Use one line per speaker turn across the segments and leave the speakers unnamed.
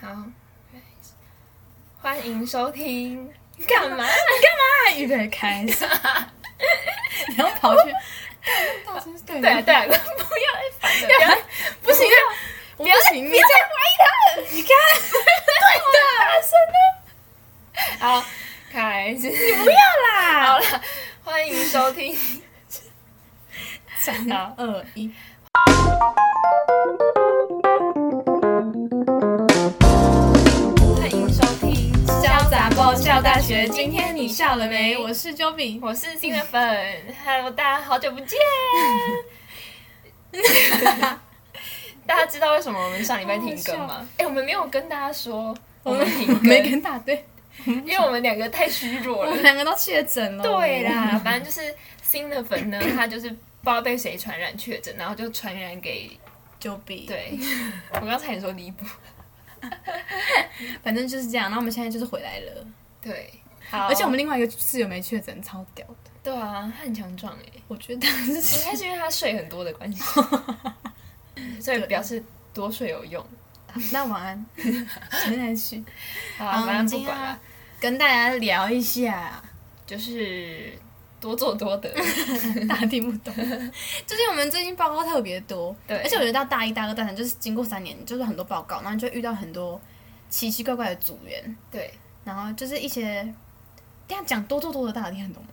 好，欢迎收听。 干嘛？
啊，预备开 始，你要跑去，大声对
对啊
对，
对 啊，不要烦了，不要
不行啊，我不行，你这样
怀疑他。
你看，
好，开始。
对的，不要啦，
好了， 欢迎收听。
三
好
二一，
欢迎收听。
潇洒爆笑大学，今天你笑了没？我是 Joey，
我是新的粉，Hello，大家好久不见。 大家知道为什么我们上礼拜停更
好
吗？哎、我们没有跟大家说我
我
们
们
停更，
没跟大队，
因为我们两个太虚弱
我
了
们。两个都确诊了，
对啦，
哦
反正就是新的粉呢，他就是不知道被谁传染确诊，然后就传染给
，Joey，，
对。我刚才也说离谱，
反正就是这样，然后我们现在就是回来了，
对，好，
而且我们另外一个室友没确诊，超屌的，
对啊，他很强 壮哎，
我觉得是
应该是因为他睡很多的 关系，所以表示多睡有用。
那晚 安，前来去
好啊，
嗯
反正
今
不
天
管
要
了，
跟大家聊一下。
就是多做多 得，
大家听不 懂。就是我们最近报告特别多，
对
而且我觉得到大一、大二、大三，就是经过三年，就是很多报告，然后你就会遇到很多奇奇怪怪的组员，
对。
然后就是一些，这样讲多做多的，大家听得懂吗？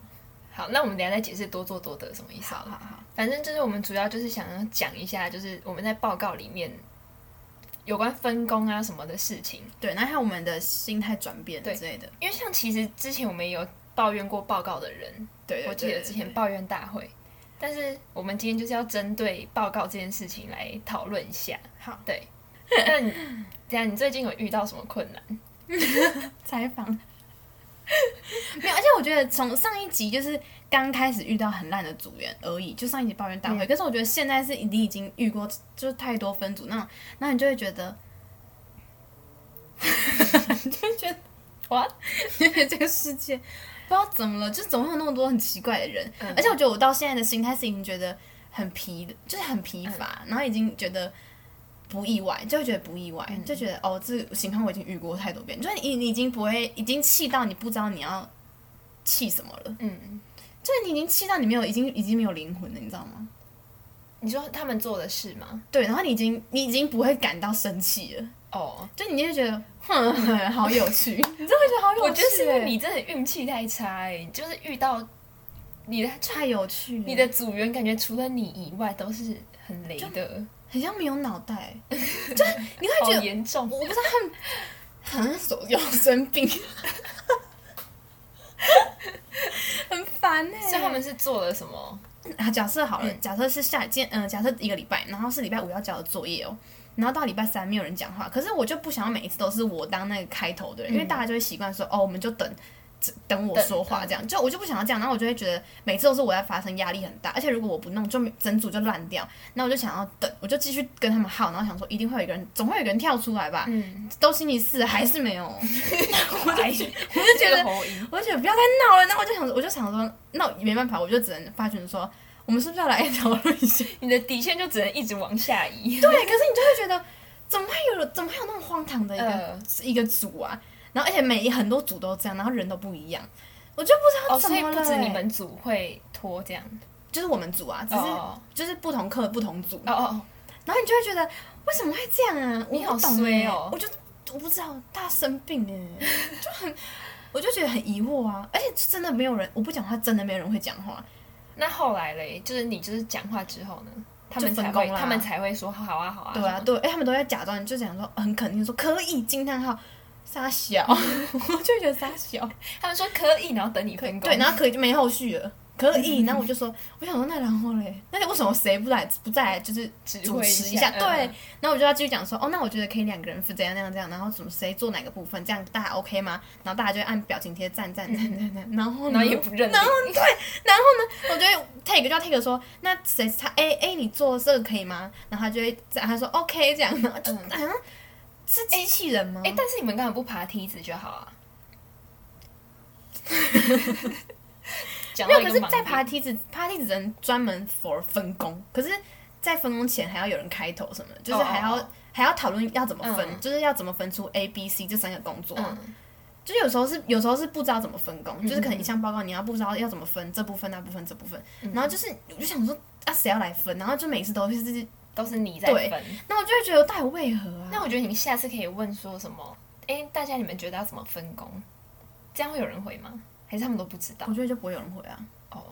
好，那我们等一下再解释多做多得什么意思。
好好好，
反正就是我们主要就是想要讲一下，就是我们在报告里面有关分工啊什么的事情。
对，然后还有我们的心态转变之类的，
因为像其实之前我们也有抱怨过报告的人，
对，对
我记得之前，抱怨大会，但是我们今天就是要针对报告这件事情来讨论一下。
好，
对。那你这样，你最近有遇到什么困难？
对采访。 没有，而且我觉得从上一集就是刚开始遇到很烂的组员而已，就上一集抱怨大会。可是我觉得现在是你已经遇过，就是太多分组那种，然后你就会觉得，你就会觉得
哇，
因为这个世界不知道怎么了，就总会有那么多很奇怪的人。
嗯
而且我觉得我到现在的心态是已经觉得很疲，就是很疲乏，然后已经觉得不意外，就会觉得不意外，
嗯
就觉得哦，这个情况我已经遇过太多遍，就是你你已经不会，已经气到你不知道你要气什么了，
嗯，
就是你已经气到你没有，已经已经没有灵魂了，你知道吗？
你说他们做的事吗？
对，然后你已经你已经不会感到生气了，
哦，
就你就觉得哼，好有趣，你真的会觉得好有趣欸、
我觉得是因为你真的运气太差、欸，就是遇到你的
太有趣了，
你的组员，感觉除了你以外都是很雷的，
很像没有脑袋，就是你会
好
觉得
严重。
我不知道他们好像手有生 病，很烦哎、
所以他们是做了什么？
啊，假设好了，假设是下今嗯、呃，假设一个礼拜，然后是礼拜五要交的作业哦，然后到礼拜三没有人讲话，可是我就不想要每一次都是我当那个开头的人，因为大家就会习惯说哦，我们就等。只等
嗯
我
等
说话这样，就我就不想要这样，然后我就会觉得每次都是我在发生，压力很大。而且如果我不弄，就整组就烂掉。那我就想要等，我就继续跟他们耗，然后想说一定会有一个人，总会有一个人跳出来吧。
嗯，
都星期四还是 没有，
我
我就觉得
喉音
我就觉得不要再闹了，那我就想，我就想说，那我没办法，我就只能发群说，我们是不是要来讨论一下？
你的底线就只能一直往下移。
对，可是你就会觉得，怎么会有，怎么会有那么荒唐的一个、
呃
一个组啊？然后而且每很多组都这样，然后人都不一样，我就不知道
哦，
怎
所以
么了、欸
不止你，们组会拖这样。
就是我们组啊，只
哦
是、
哦
就是不同课不同组，
哦哦，
然后你就会觉得为什么会这样啊？我
你好
不懂
衰
欸
哦
我就我不知道，他生病哎、就很，我就觉得很疑惑啊，而且真的没有人，我不讲话，真的没有人会讲话，
那后来嘞，就是你就是讲话之后呢，他们
就
才
分
会
工啦
他们才会说好啊好啊。
对啊，对，哎、他们都在假装，就讲说很肯定说可以惊叹号，傻小， 我就觉得傻小，
他们说可以，然后等你分工。
对，然后可以就没后续了。可
嗯
以，然后我就说，我想说那然后嘞，那为什么谁不来不再来就是
指
主
挥
持
一
一下？
下
对，
嗯
然后我就要继续讲说，哦，那我觉得可以两个人负怎样那样这样，然后怎么谁做哪个部分，这样大家 OK 吗？然后大家就会按表情贴赞赞赞赞赞，然后
嗯然后
呢
也不认领。
我就会 take 就要 take 说，那谁他 A A 你做这个可以吗？然后他就会这样他说 OK 这样，然后就
嗯
好像是机器人吗？
哎，但是你们干嘛不爬梯子就好啊？讲
没
到
有，
一
可
个
是
盲，
在
点
爬梯子，爬梯子人专门 for 分工，可是，在分工前还要有人开头什么的，就是还
哦哦
要
哦
还要讨论要怎么分，
嗯
就是要怎么分出 A、B、C 这三个工作啊、
嗯
就有时候是有时候是不知道怎么分工，就是可能
嗯
一项报告你要不知道要怎么分这部分那部分这部分，然后就是我就想说啊谁要来分，然后就每次都是自己，
都是你在
对
分。
那我就会觉得到底为何啊？
那我觉得你们下次可以问说什么？哎，大家你们觉得要怎么分工？这样会有人回吗？还是他们都不知道
我？觉得就不会有人回啊。
哦，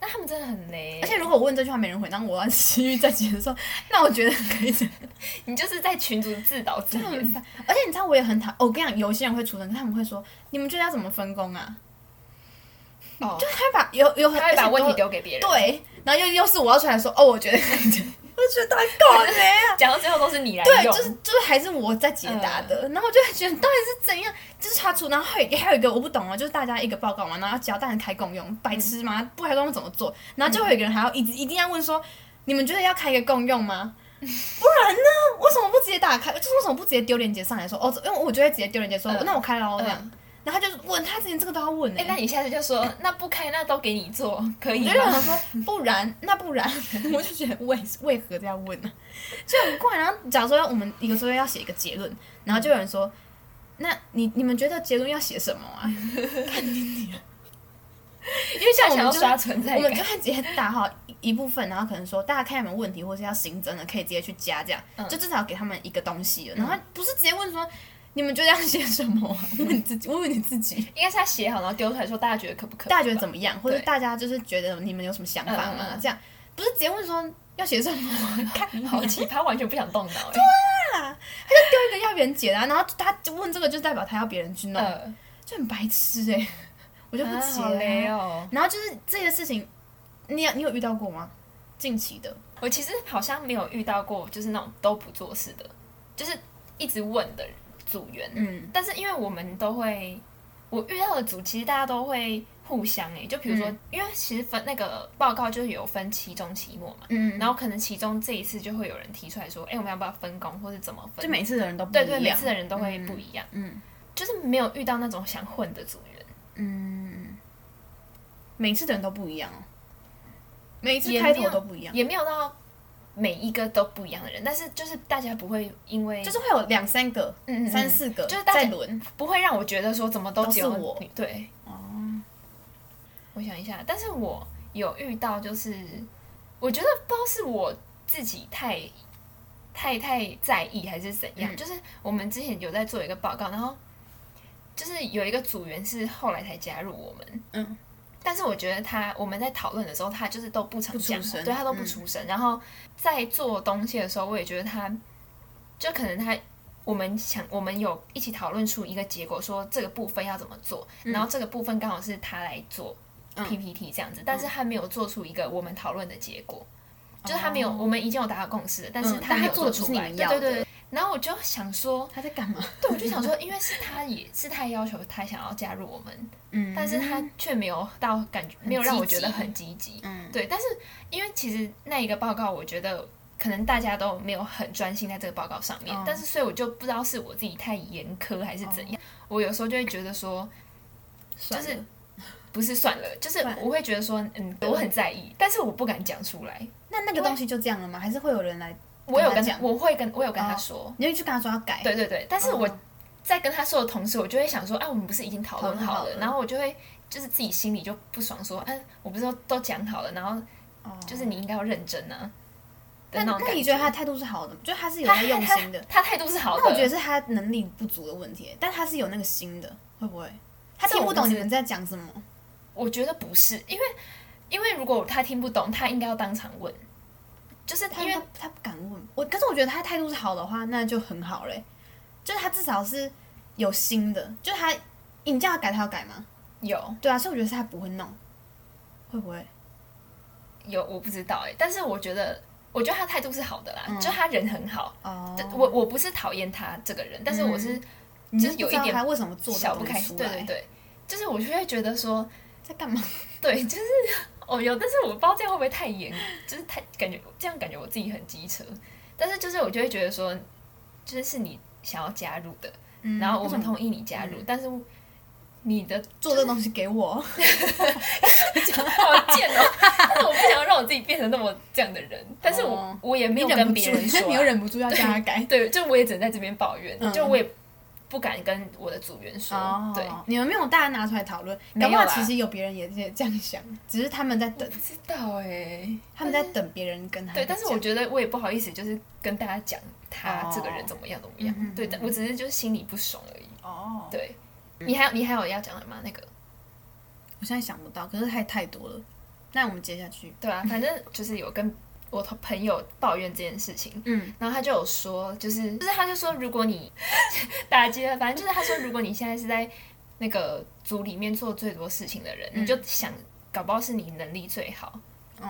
那他们真的很雷。
而且如果我问这句话没人回，然后我要继续再解说，那我觉得可以这样。
你就是在群组自导自
就很
演。
烦。而且你知道我也很讨，哦我跟你讲，有些人会出声，他们会说你们觉得要怎么分工啊？
哦，
就他会把有有很
他会把
而且
问
都
题丢给别人。，
对，然后又又是我要出来说哦，我觉得， 我觉得搞嘞。
讲到最后都是你来
啊对，
用。
就是就是还是我在解答的，
嗯
然后我就会觉得到底是怎样，就是他出，然后还有还有一个我不懂哦，就是大家一个报告嘛，然后要教大人开共用，白痴嘛，
嗯
不开共用怎么做？然后就会有一个人还要一直一定要问说，你们觉得要开一个共用吗？ 不然呢？为什么不直接打开？就是为什么不直接丢链接上来说？哦，因为我就会直接丢链接说，
嗯
那我开了哦这样
嗯。
然后他就问他之前这个都要问
哎、
哎、
那你下次就说，那不开那都给你做，可以吗
我就？想说，不然 那不然，我就觉得为为何这样问呢、就很怪。然后假如说我们一个作业要写一个结论，然后就有人说，那你你们觉得结论要写什么啊？
因为像我
想
们
要
就
刷
刷存在
我们
感
就，会直接打好一部分，然后可能说大家看有没有问题，或是要新增的，可以直接去加这样，
嗯
就至少给他们一个东西了。然后不是直接问说。你们觉得要写什么、啊？ 问你自己，问问你自己，
应该是他写好然后丢出来说，大家觉得可不可以？
大家觉得怎么样？或者
对
大家就是觉得你们有什么想法吗？
嗯嗯嗯
这样不是直接问说要写什么 啊、看你
好奇葩，完全不想动脑、欸。
这个要别人解答，然后他就问这个，就代表他要别人去弄，
呃，
就很白痴哎、 我啊就不
啊
解、
好雷哦！
然后就是这些事情，你有你有遇到过吗？近期的，
我其实好像没有遇到过，就是那种都不做事的，就是一直问的组员。
嗯，
但是因为我们都会，我遇到的组其实大家都会互相欸诶、就比如说，
嗯
因为其实分那个报告就是有分期中、期末嘛，
嗯
然后可能其中这一次就会有人提出来说，哎、我们要不要分工，或是怎么分？
就每次的人都不
对对，
一
每
样
次的人都会不一样，
嗯
就是没有遇到那种想混的组员，
嗯，每次的人都不一样哦，每一次
也
开
没
头
有
都不一样，
也没有到每一个都不一样的人，但是就是大家不会因为
就是会有两三个、
嗯嗯嗯
三四个，
就是大家
在轮，
不会让我觉得说怎么都
都
只有
是我
你对。哦，我想一下，但是我有遇到，就是我觉得不知道是我自己太太太在意还是怎样，
嗯
就是我们之前有在做一个报告，然后就是有一个组员是后来才加入我们，
嗯，
但是我觉得他我们在讨论的时候，他就是都不常
不出
讲话，
声
对他都不
嗯
出声，然后在做东西的时候，我也觉得他就可能他我们想，我们有一起讨论出一个结果，说这个部分要怎么做，然后这个部分刚好是他来做
嗯哦
PPT 这样子，但是他没有做出一个我们讨论的结果，就是他没有，我们已经有达到共识了，但是
嗯但
没
他
有
做的不
出
是你
来，
们
对
要
对
的
对。然后我就想 说，
他在干嘛？
对，我就想说，因为是他也是他要求他想要加入我们，
嗯
但是他却没有到感觉，没有让我
积
觉得
极
很积极。
嗯
对，但是因为其实那一个报告，我觉得可能大家都没有很专心在这个报告上面，
嗯哦
但是所以我就不知道是我自己太严苛还是怎样，我有时候就会觉得说，
就
就是不是算了，就是
算了
我会觉得说，嗯，我很在意，但是我不敢讲出来。
那那个东西就这样了吗？还是会有人来？
我有
跟他
跟
讲
我会跟我有跟他说，
你会去跟他说要改？
对对对，但是
哦
我在跟他说的同时，我就会想说，啊，我们不是已经讨论
讨论
好
好
了，
了
然后我就会就是自己心里就不爽，说，啊，我不是都都讲好了，然后
哦，
就是你应该要认真啊。的
那
种
那
感
你觉得他的态度是好的吗？就他 是有在用心的？
他他态度是好的。
那我觉得是他能力不足的问题，但他是有那个心的，会不会？他听不懂你们在讲什么？
我觉得不是，因为因为如果他听不懂，他应该要当场问，就是
他
因为
他他不敢问我，可是我觉得他态度是好的话，那就很好嘞。就是他至少是有心的，就他你叫他改，他要改吗？
有
对啊，所以我觉得是他不会弄，会不会？
有我不知道哎、但是我觉得我觉得他态度是好的啦，就他人很好。
嗯哦
对我我不是讨厌他这个人，但是我是嗯
你
就是有一点
不知道他为什么做这
小
个
不
东
开
西
心，
出
对
来，
对对，就是我就会觉得说，
在干嘛？
对， 就是哦有，但是我不知道这样会不会太严，就是太感觉这样感觉我自己很机车，但是就是我就会觉得说，就是是你想要加入的，
嗯
然后我们
为什么
同意你加入，但是你的
做这个东西给我，
好贱哦， 但我不想要让我自己变成那么这样的人，但是我、
哦
我也没
你
有
忍
跟
不
别
住
人，说、
你又
啊，
忍不住要叫他 改。
对，就我也只能在这边抱怨，
嗯
就我也不敢跟我的组员说，
哦，
对，，
你们没有大家拿出来讨论，
没有
搞不好
啦
其实有啊别人也也这样想，只是他们在等，
不知道哎、
他们在等别人跟他
对，但是我
讲
觉得我也不好意思，就是跟大家讲他这个人怎么样怎么样，
嗯嗯嗯
对，但我只是就是心里不爽而已，
哦，
对。你还有你还有要讲的吗？那个
我现在想不到，可是太太多了。那我们接下去，
对 啊，反正就是有跟我同朋友抱怨这件事情，
嗯，
然后他就有说，就是就是他就说，如果你打击了，反正就是他说，如果你现在是在那个组里面做最多事情的人，
嗯
你就想，搞不好是你能力最好，
哦，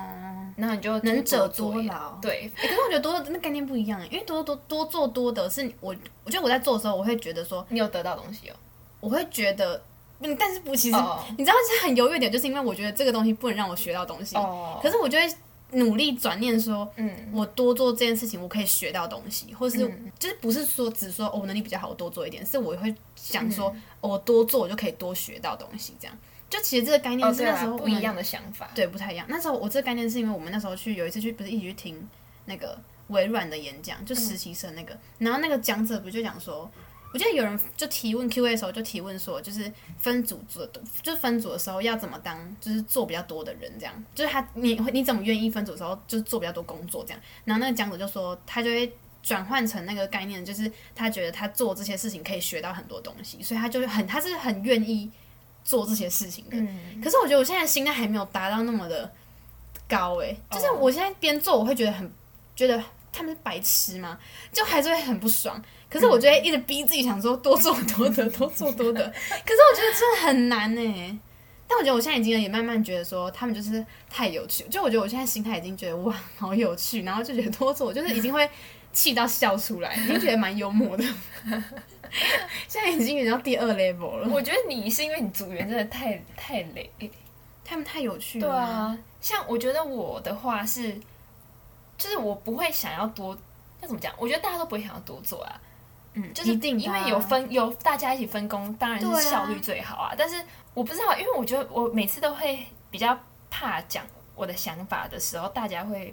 然后你就
能者
多
多
做一点
劳。
对，
欸可是我觉得多做那概念不一样欸，因为多多多做多得是我，我觉得我在做的时候，我会觉得说，
你有得到东西哦。
我会觉得，嗯，但是不，其实、
哦
你知道是很犹豫的点，就是因为我觉得这个东西不能让我学到东西，
哦，
可是我就会努力转念说。
嗯，
我多做这件事情，我可以学到东西，或是、
嗯
就是不是说只说哦我能力比较好，我多做一点，是我会想说、
嗯
哦我多做我就可以多学到东西，这样就其实这个概
哦
念是
对
那
啊
时候、，
不一样的想法。
对，不太一样。那时候我这个概念是因为我们那时候去有一次去，不是一起去听那个微软的演讲，就实习生那个，然后那个讲者不就讲说，我记得有人就提问 Q&A 的时候就提问说，就是分组做，就是分组的时候要怎么当，就是做比较多的人这样，就是他你会你怎么愿意分组的时候就是做比较多工作这样，然后那个讲者就说他就会。转换成那个概念，就是他觉得他做这些事情可以学到很多东西，所以他就会很，他是很愿意做这些事情的。
嗯，
可是我觉得我现在的心态还没有达到那么的高诶、
哦
就是我现在边做，我会觉得很觉得他们是白痴吗？就还是会很不爽。可是我就会一直逼自己想说多做多得，多做多 得。可是我觉得真的很难呢、但我觉得我现在已经也慢慢觉得说他们就是太有趣，就我觉得我现在心态已经觉得哇好有趣，然后就觉得多做，我就是已经会气到笑出来，已经觉得蛮 幽默的。现在已经演到第二 level 了，
我觉得你是因为你组员真的太太累。
他们太有趣了。
对，啊，像我觉得我的话是，就是我不会想要多，要怎么讲？我觉得大家都不会想要多做啊。
嗯，
就是
一定的
因
啊
为有分有大家一起分工，当然
对啊
是效率最好啊。但是我不知道，因为我觉得我每次都会比较怕讲我的想法的时候，大家会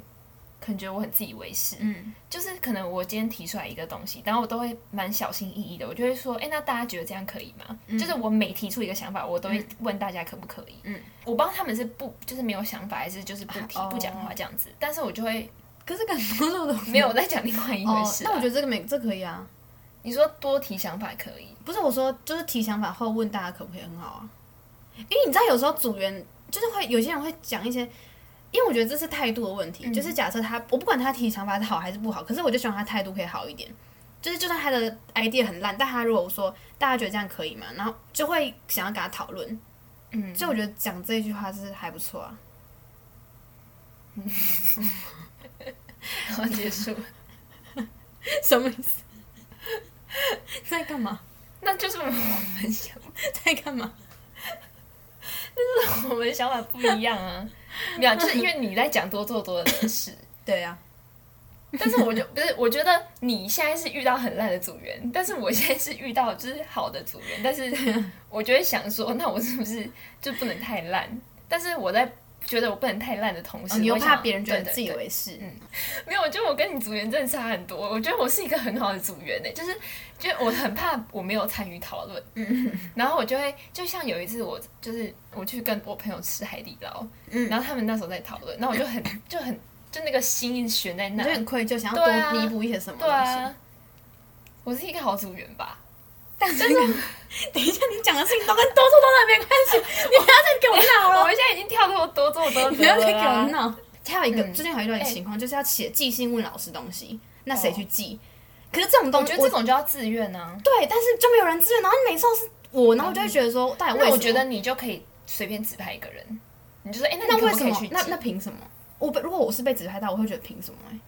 可能觉得我很自以为是。
嗯，
就是可能我今天提出来一个东西，然后我都会蛮小心翼翼的，我就会说，哎、那大家觉得这样可以吗？就是我每提出一个想法，我都会问大家可不可以。
嗯，
我不知道他们是不就是没有想法，还是就是不提、
啊哦
不讲话这样子，但是我就会
可是感觉到的
没有我在讲另外一回
哦，
事、
那
啊
我觉得这个没这可以啊，
你说多提想法可以，
不是我说就是提想法后问大家可不可以很好啊，因为你知道有时候组员就是会有些人会讲一些，因为我觉得这是态度的问题，
嗯
就是假设他我不管他提想法是好还是不好，可是我就希望他态度可以好一点。就是，就算他的 idea 很烂，但他如果说大家觉得这样可以吗？然后就会想要跟他讨论。
嗯，
所以我觉得讲这句话是还不错啊。
然后结 束。
什么意思？ 在干嘛？
那就是我们想，
在干嘛？
我们想法不一样啊。没有，就是因为你在讲多做多的事，
对啊呀、
但是我就不是，我觉得你现在是遇到很烂的组员，但是我现在是遇到就是好的组员，但 是我就会想说，那我是不是就不能太烂？但是我在觉得我不能太烂的同时，
哦，你又
我想
怕别人觉得
对对
自以
对
为是，嗯，
没有，我觉得我跟你组员真的差很多。我觉得我是一个很好的组员呢、欸就是就是我很怕我没有参与讨论，
嗯
然后我就会就像有一次我就是我去跟我朋友吃海底捞，
嗯
然后他们那时候在讨论，然后我就很就很就那个心一直悬在
你
那
就，很愧疚，想要
对啊
多弥补一些什么
对
东西。
啊，我是一个好组员吧？
但是， 等一下，你讲的事情都跟多做多的没关系， 你不要再给我 闹
我
了，
们现在已经跳脱多做多
不要
得
再
了
给
啊
我闹。还有一个，
嗯
最近还遇到一个情况，就是要写寄信问老师东西，那谁去寄？可是这种
我
东西，
觉得这种就要自愿啊。
对，但是就没有人支援，然后每次都是我，然后我就会嗯觉得说，到底为什
那
么？
我觉得你就可以随便指派一个人，你就说，哎，那
那
你可
为
不
什
可以
么
去？
那
寄
那凭什么？我被如果我是被指派到，我会觉得凭什么、欸？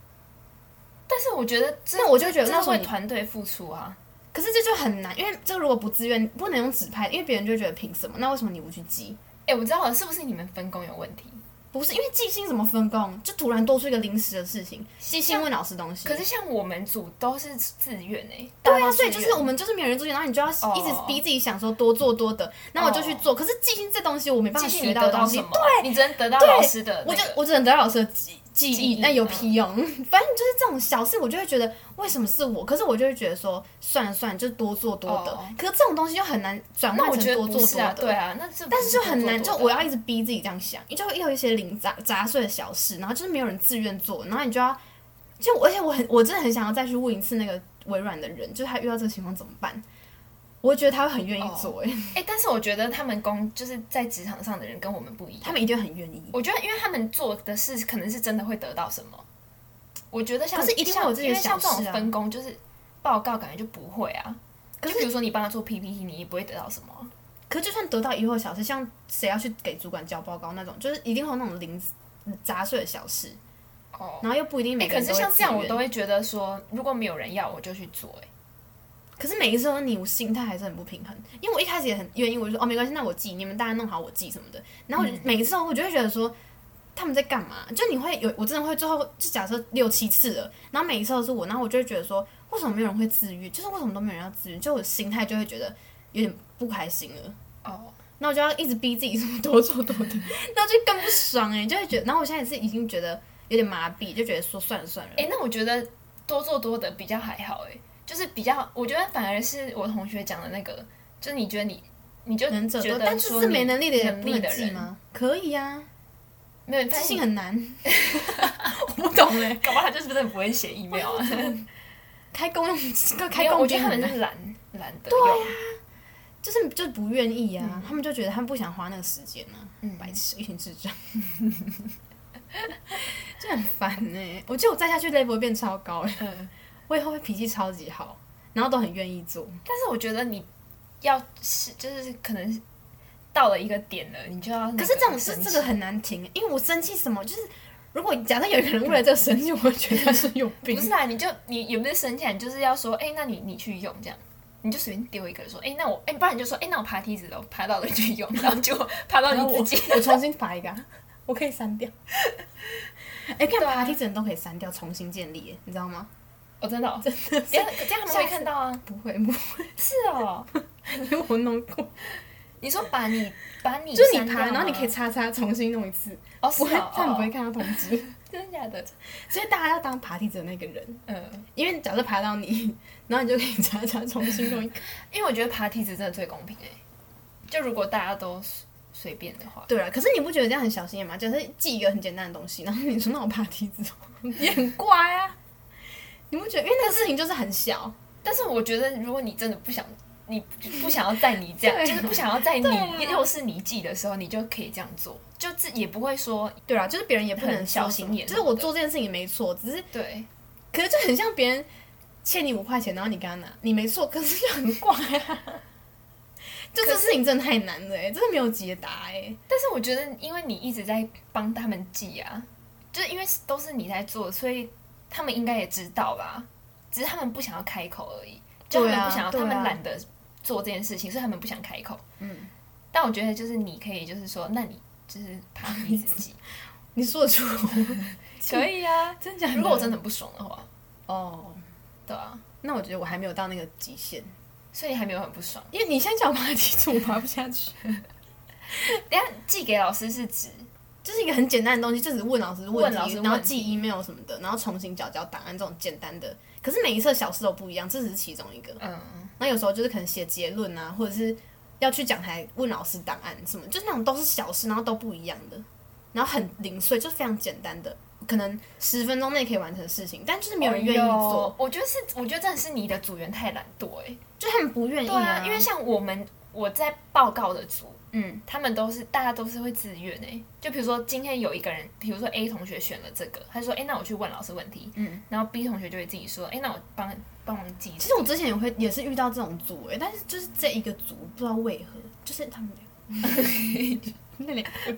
但是我觉得这，
那我就觉得
这
那
是
时候
为
你
团队付出啊。
可是这就很难，因为这如果不自愿，不能用指派，因为别人就会觉得凭什么？那为什么你不去寄？
哎，我知道了，是不是你们分工有问题？
不是因为即兴怎么分工，就突然多出一个临时的 事情，即兴问老师东西。
可是像我们组都是自愿哎、欸，大
对啊，
家都
所以就
自
是
愿
我们就是没有人做然后你就要
哦
一直逼自己想说多做多得，然后我就去做。可是即兴这东西我没办法
继续哦你
学
得
东
到
西
什，么？对，你只能得到老师的、那
我就
个
我只能得到老师的记记
记
忆
忆，嗯
那有屁用？反正就是这种小事，我就会觉得为什么是我？可是我就会觉得说，算了算了，就多做多得。
哦
可是这种东西就很难转
那
换
我觉得
成多
不
做
是
多
啊，
得。
对啊，那是
但是就很难，就我要一
直
直逼自己这样想，就会有一些零杂杂碎的小事，然后就是没有人自愿做，然后你就要，就我而且我很我真的很想要再去问一次那个微软的人，就是他遇到这个情况怎么办？我觉得他会很愿意做、欸，
哎、但是我觉得他们工就是在职场上的人跟我们不一样
他。们一定很愿意。
我觉得，因为他们做的事可能是真的会得到什么。我觉得像
可是一定会有自己的
像因为像这
小
种
事啊
分工，就是报告感觉就不会啊。
可
就比如说你帮他做 PPT，你也不会得到什么啊。
可就算得到疑惑小事，像谁要去给主管交报告那种，就是一定会有那种零杂碎的小事，
哦，
然后又不一定
哎、
每
可
个人
是
都会
像这样，
自
我
愿
都会觉得说，如果没有人要，我就去做、哎，
可是每一次都你，我心态还是很不平衡，因为我一开始也很愿意，我就说哦没关系，那我记，你们大家弄好我记什么的。
嗯
然后我就、每一次哦我就会觉得说他们在干嘛？就你会有，我真的会最后就假设六七次了，然后每一次都是我，然后我就会觉得说为什么没有人会自愈？就是为什么都没有人要自愈？就我心态就会觉得有点不开心了。
哦，
那我就要一直逼自己什么多做多得，那就更不爽哎、就会觉得。然后我现在也是已经觉得有点麻痹，就觉得说算了算了。
哎、那我觉得多做多得比较还好、哎，就是比较，我觉得反而是我同学讲的那个，就是你觉得你，你就
能者
觉
多，
得
但是
说
是没
你
能力的也
能
不
力
能
的
记
人
吗？可以啊呀、
没有，
啊，
但
记
是
性很难。
我不懂哎、搞不好他就是真的不会写 email 啊。
开公用
没
开
有
公
我觉
军
得他
很
们啊
难，
是懒懒得用。
就是就是不愿意啊，他们就觉得他们不想花那个时间啊，
嗯
白痴，一群智障，就很烦呢、我觉得我再下去 level 会变超高了，
嗯
我以后会脾气超级好，然后都很愿意做。
但是我觉得你要是就是可能到了一个点了，你就要那
可是这种
生
事
气
这个很难停，欸因为我生气什么，就是如果假设有一个人为了这个生气，我会觉得他是有病
不。是啊，你就你也不是生气啊，你就是要说，哎、那你你去用这样。你就随便丢一个说，哎、那我，哎、不然你就说，哎、那我爬梯子喽，爬到了你去 用，然后就爬到
然后
你
我
自己。
我重新爬一个啊、我可以删掉。哎、看
对啊
爬梯子人都可以删掉，重新建立耶，你知道吗？
我、真的、哦，真的， 这样这样他们会看到啊。
不会，不
是哦，
因 为我弄过，
你说把你把你
就是
删
你
掉
爬，然后你
吗
可以叉叉重新弄一次，
哦，是
不会，
哦，
他们不会
哦，
看到通知。
真的假的？
所以大家要当爬梯子的那个人，
嗯，
因为假设爬到你，然后你就可以叉叉重新弄一个。
因为我觉得爬梯子真的最公平哎、就如果大家都随随便的话，
对啊，可是你不觉得这样很小心眼吗？假设记一个很简单的东西，然后你说那我爬梯子哦，也很怪啊。你不觉得？因为那个事情就是很小，
但是我觉得如果你真的不想，你不想要在你这样，
对啊
就是不想要在
对啊
你又是你记的时候，你就可以这样做，就自也不会说
对啊，就是别人也不能
很小
说
心
什么
眼
就是我做这件事情也没错，只是
对。
可是就很像别人欠你五块钱，然后你给他拿，你没错，可是就很怪啊。 就这事情真的太难了、欸，真的没有解答哎、
但是我觉得，因为你一直在帮他们记啊，就是因为都是你在做，所以他们应该也知道吧，只是他们不想要开口而已，就他
对
们
啊
不想要，
对
他
啊
们懒得做这件事情，所以他们不想开口。
嗯，
但我觉得就是你可以，就是说，那你就是爬你自 己，
你说得出口吗
可以啊。
真假的？
如果我真的很不爽的话，
哦，
对啊，
那我觉得我还没有到那个极限，
所以你还没有很不爽。
因为你先讲爬梯子，我 爬不下去。
等一下寄给老师是指
就是一个很简单的东西，就只是问老师
问
题，
老师问题
然后寄 email 什么的，然后重新缴交档案这种简单的。可是每一次的小事都不一样，这只是其中一个。
嗯，
那有时候就是可能写结论啊，或者是要去讲台问老师档案什么，就是那种都是小事，然后都不一样的，然后很零碎，就是非常简单的，可能十分钟内可以完成的事情，但就是没有人愿意做，
哦。我觉得是，我觉得真的是你的组员太懒惰哎、
就他们不愿意
对啊，因为像我们我在报告的组，
嗯，
他们都是大家都是会自愿诶、欸就比如说今天有一个人，比如说 A 同学选了这个，他就说诶，那我去问老师问题，
嗯，
然后 B 同学就会自己说诶，那我帮帮忙记。
其实我之前也会也是遇到这种组哎、但是就是这一个组不知道为何，就是他们 两个那两个，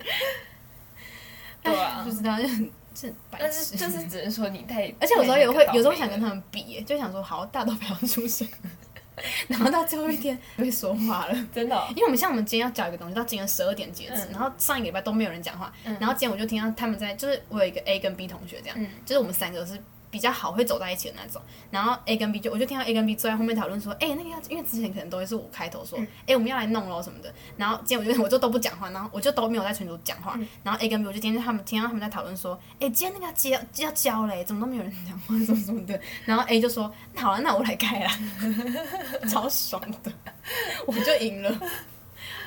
对啊
哎 不知道就很这很白
但是
痴。
就是只能说你太，
而且有时候也会
太那个，
有时候
倒霉
想跟
了
他们比、欸，就想说好，大家都不要出声。 然后到最后一天被说话了。
真的哦、
因为我们像我们今天要讲一个东西，到今天十二点截止，
嗯
然后上一个礼拜都没有人讲话，然后今天我就听到他们在，就是我有一个 A 跟 B 同学这样，
嗯
就是我们三个是比较好会走在一起的那种，然后 A 跟 B 就我就听到 A 跟 B 坐在后面讨论说，哎、那个要，因为之前可能都会是我开头
嗯
说，哎、我们要来弄喽什么的，然后今天我就我就都不讲话，然后我就都没有在群组讲
嗯
话，然后 A 跟 B 我就听到他们听到他们在讨论说，哎、今天那个要交要交嘞，怎么都没有人讲话什么什么的，然后 A 就说，那好了，那我来开啦， 超爽的， 我就赢了。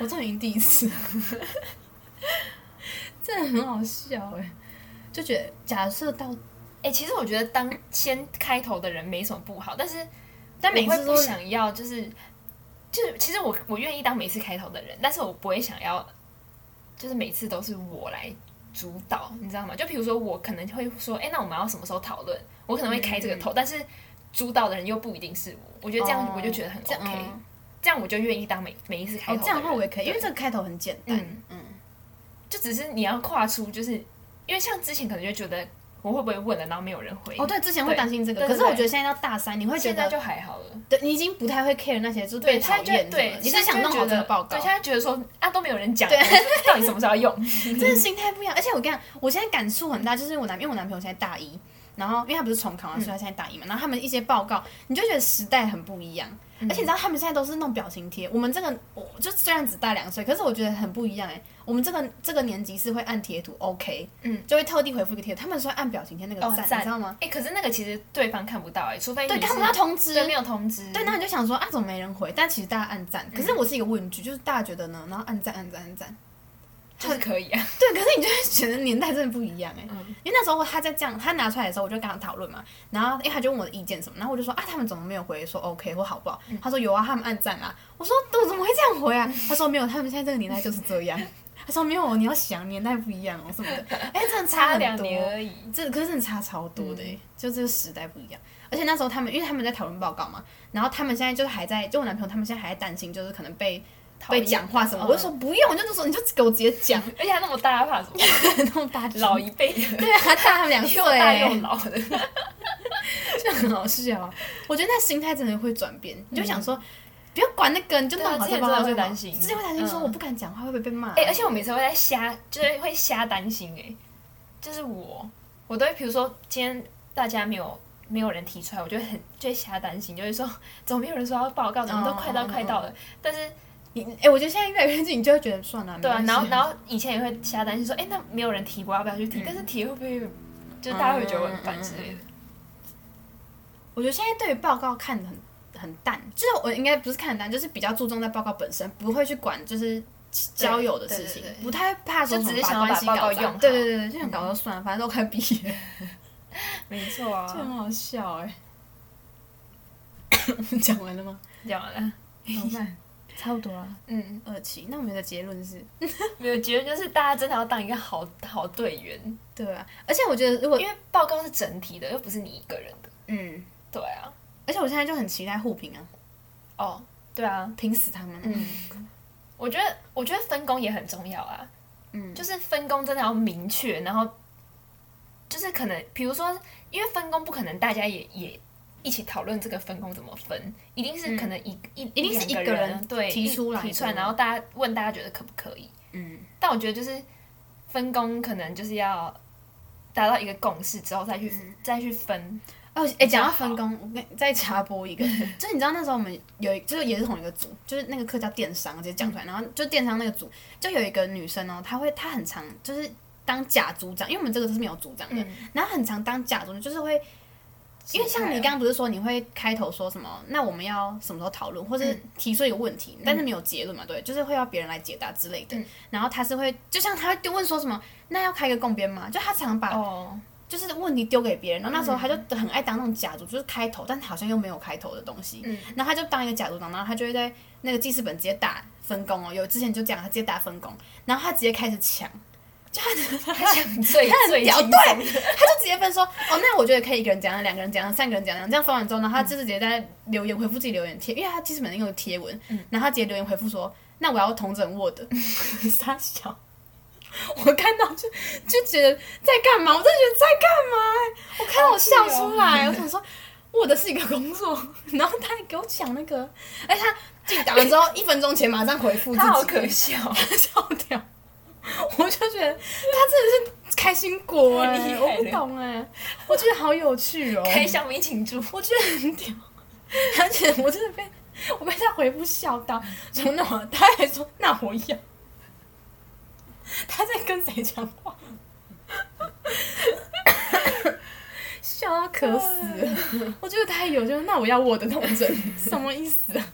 我终于赢第一次，真的很好笑哎！就觉得假设到
哎、其实我觉得当先开头的人没什么不好，但是但
我
每
会
次
说
不想要就是就是，其实我我愿意当每次开头的人，但是我不会想要就是每次都是我来主导，你知道吗？就比如说我可能会说，哎、那我们要什么时候讨论？我可能会开
嗯
这个头，但是主导的人又不一定是我。我觉得这样我就觉得很 OK，、
哦这样嗯
这样我就愿意当每每一次开
哦
头的人、
这样的话我也可以，因为
对
这个开头很简单。
嗯嗯，就只是你要跨出，就是因为像之前可能就觉得我会不会问了，然后没有人回。
哦，对，之前会担心这个，
对
可
对
是我觉得现在到大三，你会觉
现在
得
就还好了。
对你已经不太会 care 那些就是被
对，
讨
现在
厌
就
什么
对，
的你是想
现在
弄
就
好
觉
这
得
个报告
对，现，在觉得说啊都没有人讲，
对
我 到底什么时候要 用？
真的心态不一样。而且我跟你讲，我现在感触很大，就是我男因为我男朋友现在大一，然后因为他不是重考嘛，所以他现在大一嘛，然后他们一些报告，你就觉得时代很不一样。而且你知道他们现在都是弄表情贴，我们这个我就虽然只大两岁，可是我觉得很不一样哎、我们这个这个年级是会按贴图，OK，
嗯，
就会特地回复一个贴图，他们说按表情贴那个
哦
赞，
赞
你知道吗？
哎，可是那个其实对方看不到哎，除非
对
你
他
是
们要通知，
对没有通知，
对，那你就想说啊，怎么没人回？但其实大家按赞，可是我是一个问句，就是大家觉得呢，然后按赞按赞按赞，
就是可以啊。
对，可是你就会觉得年代真的不一样哎、
嗯
因为那时候他在这样，他拿出来的时候，我就跟他讨论嘛，然后因为他就问我的意见什么，然后我就说啊，他们怎么没有回说 OK 或好不好？
嗯
他说有啊，他们按赞啊。我说我怎么会这样回啊？他说没有，他们现在这个年代就是这 样。他说没有，你要想年代不一样哦什么的，哎、真的差
差
很
两
多
年而嗯已，
这可是真的差超多的欸、就这个时代不一样。而且那时候他们，因为他们在讨论报告嘛，然后他们现在就是还在，就我男朋友他们现在还在担心，就是可能被
讨
被
厌
讲话什么，
嗯
我就说不用，我就说你就给我直接 讲，
而且他那么大，他怕什 么？
那种大只
老一辈的，
对啊，他大他们两岁
又大
欸，
又老的，
就很好笑啊。我觉得那心态真的会转变，你就想说，不要管那个，你就弄
嗯对
好
啊
这包
之前真的会
就好
担心
之前会担心说
嗯
我不敢讲话会不会被骂，
哎、而且我每次会在瞎，就是会瞎担心哎、就是我，我都会，比如说今天大家没有没有人提出来，我就会很就会瞎担心，就会说 怎么没有人说要报告，怎么都快到
嗯嗯嗯
快到了，但是
你哎、我觉得现在越来越近，你就会觉得算了，
对啊，
没关系
然后然后以前也会瞎担心说，哎、那没有人提过，要不要去提？
嗯
但是提会不会就是大家会觉得我很烦之 类的？
我觉得现在对于报告看得很很淡，就是我应该不是看得淡，就是比较注重在报告本身，不会去管就是交友的事情，
对对对
不太怕说
就
什
只
么
是想要
关系
把报
搞
告
砸
用好
对对对对，就想搞就算了，反正都快毕业了，
没错
就
啊，
很好笑哎、欸。 讲完了吗？
讲完了，
怎么 办？差不多啊了，
嗯，
二期。那我们的结论是，
没有结论就是大家真的要当一个好好队员，
对啊，而且我觉得如果
因为报告是整体的，又不是你一个人的，
嗯，
对啊，
而且我现在就很期待互评啊，
哦，对啊，
评死他们。
嗯，我觉得，我觉得分工也很重要啊。
嗯
就是分工真的要明确，然后就是可能，比如说，因为分工不可能大家也也一起讨论这个分工怎么分，一定是可能一、一
嗯一定是
两
一
个
个
人
人
对
提出来
提出来，
的
然后大家问大家觉得可不可以？
嗯，
但我觉得就是分工可能就是要达到一个共识之后再去、
嗯
再去分，
哦，哎、讲到分工，我跟再插播一个， 就是你知道那时候我们有一，就是也是同一个组，就是那个课叫电商，直接讲出来，然后就电商那个组就有一个女生哦，她会她很常就是当假组长，因为我们这个是没有组长
嗯
的，然后很常当假组长，就是会，因为像你刚刚不是说你会开头说什么，那我们要什么时候讨论，或
嗯
是提出一个问题，但是没有结论嘛，对，就是会要别人来解答之类
嗯
的，然后她是会，就像她会丢问说什么，那要开个共编吗？就她常把
哦，嗯
就是问题丢给别人，然后那时候他就很爱当那种假主，就是开头，但好像又没有开头的东西。
嗯
然后他就当一个假主党，然后他就会在那个记事本直接打分工哦。有之前就讲他直接打分工，然后他直接开始抢，
他想最
他很
最
屌，
轻松
对，他就直接分说，哦，那我觉得可以一个人讲，两个人讲，三个人讲，这样分完之后，然后他就是直接在留言回复自己留言贴，因为他记事本那个有贴文，
嗯
然后他直接留言回复说，那我要同整 Word，傻小。我看到就 就觉得在干嘛，我真的觉得在干嘛欸、我看到我笑出来，我想说，我的是一个工作， 然后他还给我讲那个，哎，他自己打完之后一分钟前马上回复自己，
他好可笑，
笑掉。我就觉得他真的是开心果哎、
太厉害了
我不懂哎、我觉得好有趣哦，
开香槟庆祝，
我觉得很屌，而且我真的被 我被他回复笑到，说那我他还说那我要，他在跟谁讲话？笑到渴死
哎
了！我觉得他有，就是那我要我的童真，什么意思啊？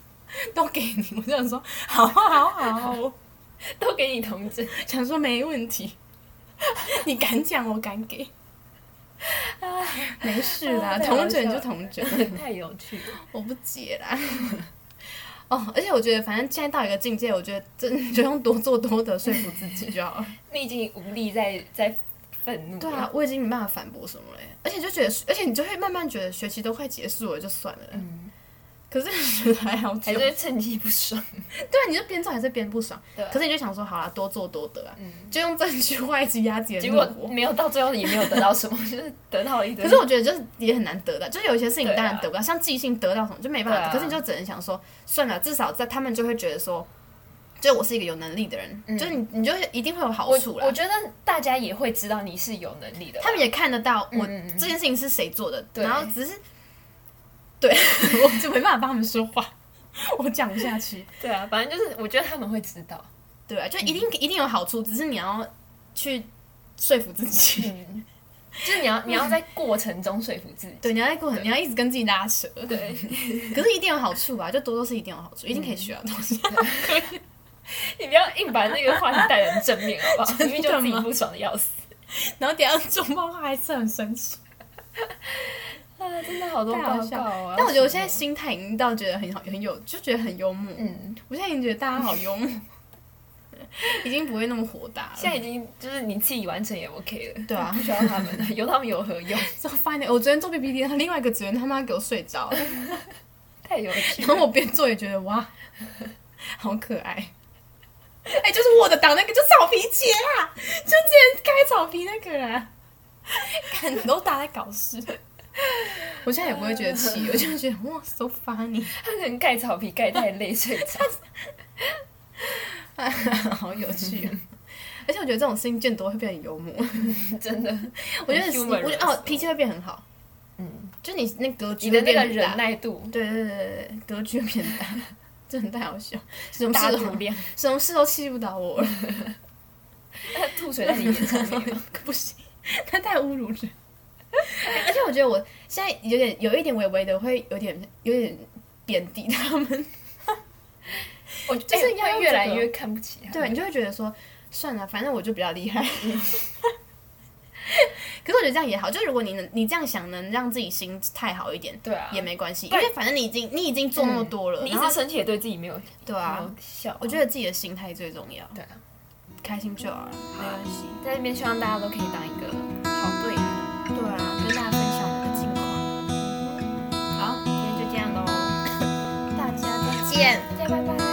都给你，我就想说好啊好好，
都给你同 志
想说没问题， 你敢讲我敢给，没事啦，
啊太好
童整
笑
就
了
童 整。
太有趣了。
我不解啦。哦，而且我觉得，反正现在到一个境界，我觉得真就用多做多得说服自己就好了。
你已经无力再再愤怒了，
对啊，我已经没办法反驳什么了耶，而且就觉得，而且你就会慢慢觉得学期都快结束了，就算了。
嗯，
可是觉得还好久，
还是
对
会趁机不爽。
啊，你就边做还是边不爽。
对啊
可是你就想说，好啦，多做多得啊，
嗯
就用这句话一直压自己 的
结
怒
果
火。
没有到最后也没有得到什么， 就是得到了一堆。
可是我觉得就是也很难得到，就是有一些事情
对啊
当然得不到，像即兴得到什么就没办法
对。啊
可是你就只能想说，算了，至少在他们就会觉得说，就我是一个有能力的人，
嗯
就是你你就一定会有好
我
处
我
啦。
觉得大家也会知道你是有能力的吧，
他们也看得到我
嗯嗯嗯
这件事情是谁做的，
对
然后只是，对 我就没办法帮他们说话， 我讲不下去。
对啊，反正就是我觉得他们会知道。
对啊，就一
嗯
定一定有好处，只是你要去说服自己。
嗯， 就是你要你要在过程中说服自己。
对，你要在过程，你要一直跟自己拉扯。
对，
可是一定有好处啊吧？就多多是一定有好处，一定可
嗯
以学到东西。
你不要硬把那个话题带得很正面，好不好？
真的吗
因为就自己不爽的要死。
然后等一下中报他还是很生气。
啊，真的好多
太好
报
笑
告啊！
但我觉得我现在心态已经到觉得很好，很有，就觉得很幽默。
嗯，
我现在已经觉得大家好幽默， 已经不会那么火大了。
现在已经就是你自己完成也 OK 了，
对啊
不需要他们了， 有他们有何用？
就发现我昨天做 PPT，他另外一个职员他妈给我睡 着了，
太有趣
然
了。
后我边做也觉得哇，好可爱。哎、就是我的党那个，就草皮姐啦，就之前开草皮那个啦，看你都打在搞事。 我现在也不会觉得气，我就觉得哇，so funny。
他可能盖草皮盖太累睡着。
好有趣、啊。 而且我觉得这种事情见多会变得幽默，
真 的，
我觉得你
humorous
我觉得哦脾气会变很好，
嗯，
就你那啊格局
你的那个
会变
忍
很大，
耐度、
对对对对对，格局会变大， 真的太好笑，什么
大
事
度
都
量，
什么事都气不倒我了，
吐水在你脸上面吗
不行，他太侮辱 人。而且我觉得我现在有点有一点微微的会有点有点贬低他们，
我
就是要
哎
用
会越来
这个
越看不起他。
对，你就会觉得说算了，反正我就比较厉害。 可是我觉得这样也好，就如果你能你这样想，能让自己心态好一点，
对啊，
也没关系，因
对嗯
为反正你已经你已经做那么多了，
你一
然后
直生气也对自己没有
对啊
没有效。
我觉得自己的心态最重要，
对啊，
开心就好了，没关系。
在这边希望大家都可以当一个好队友。
对啊，跟大家分享我的近况，
好，今天就这样喽，
大家再见。
大家拜拜。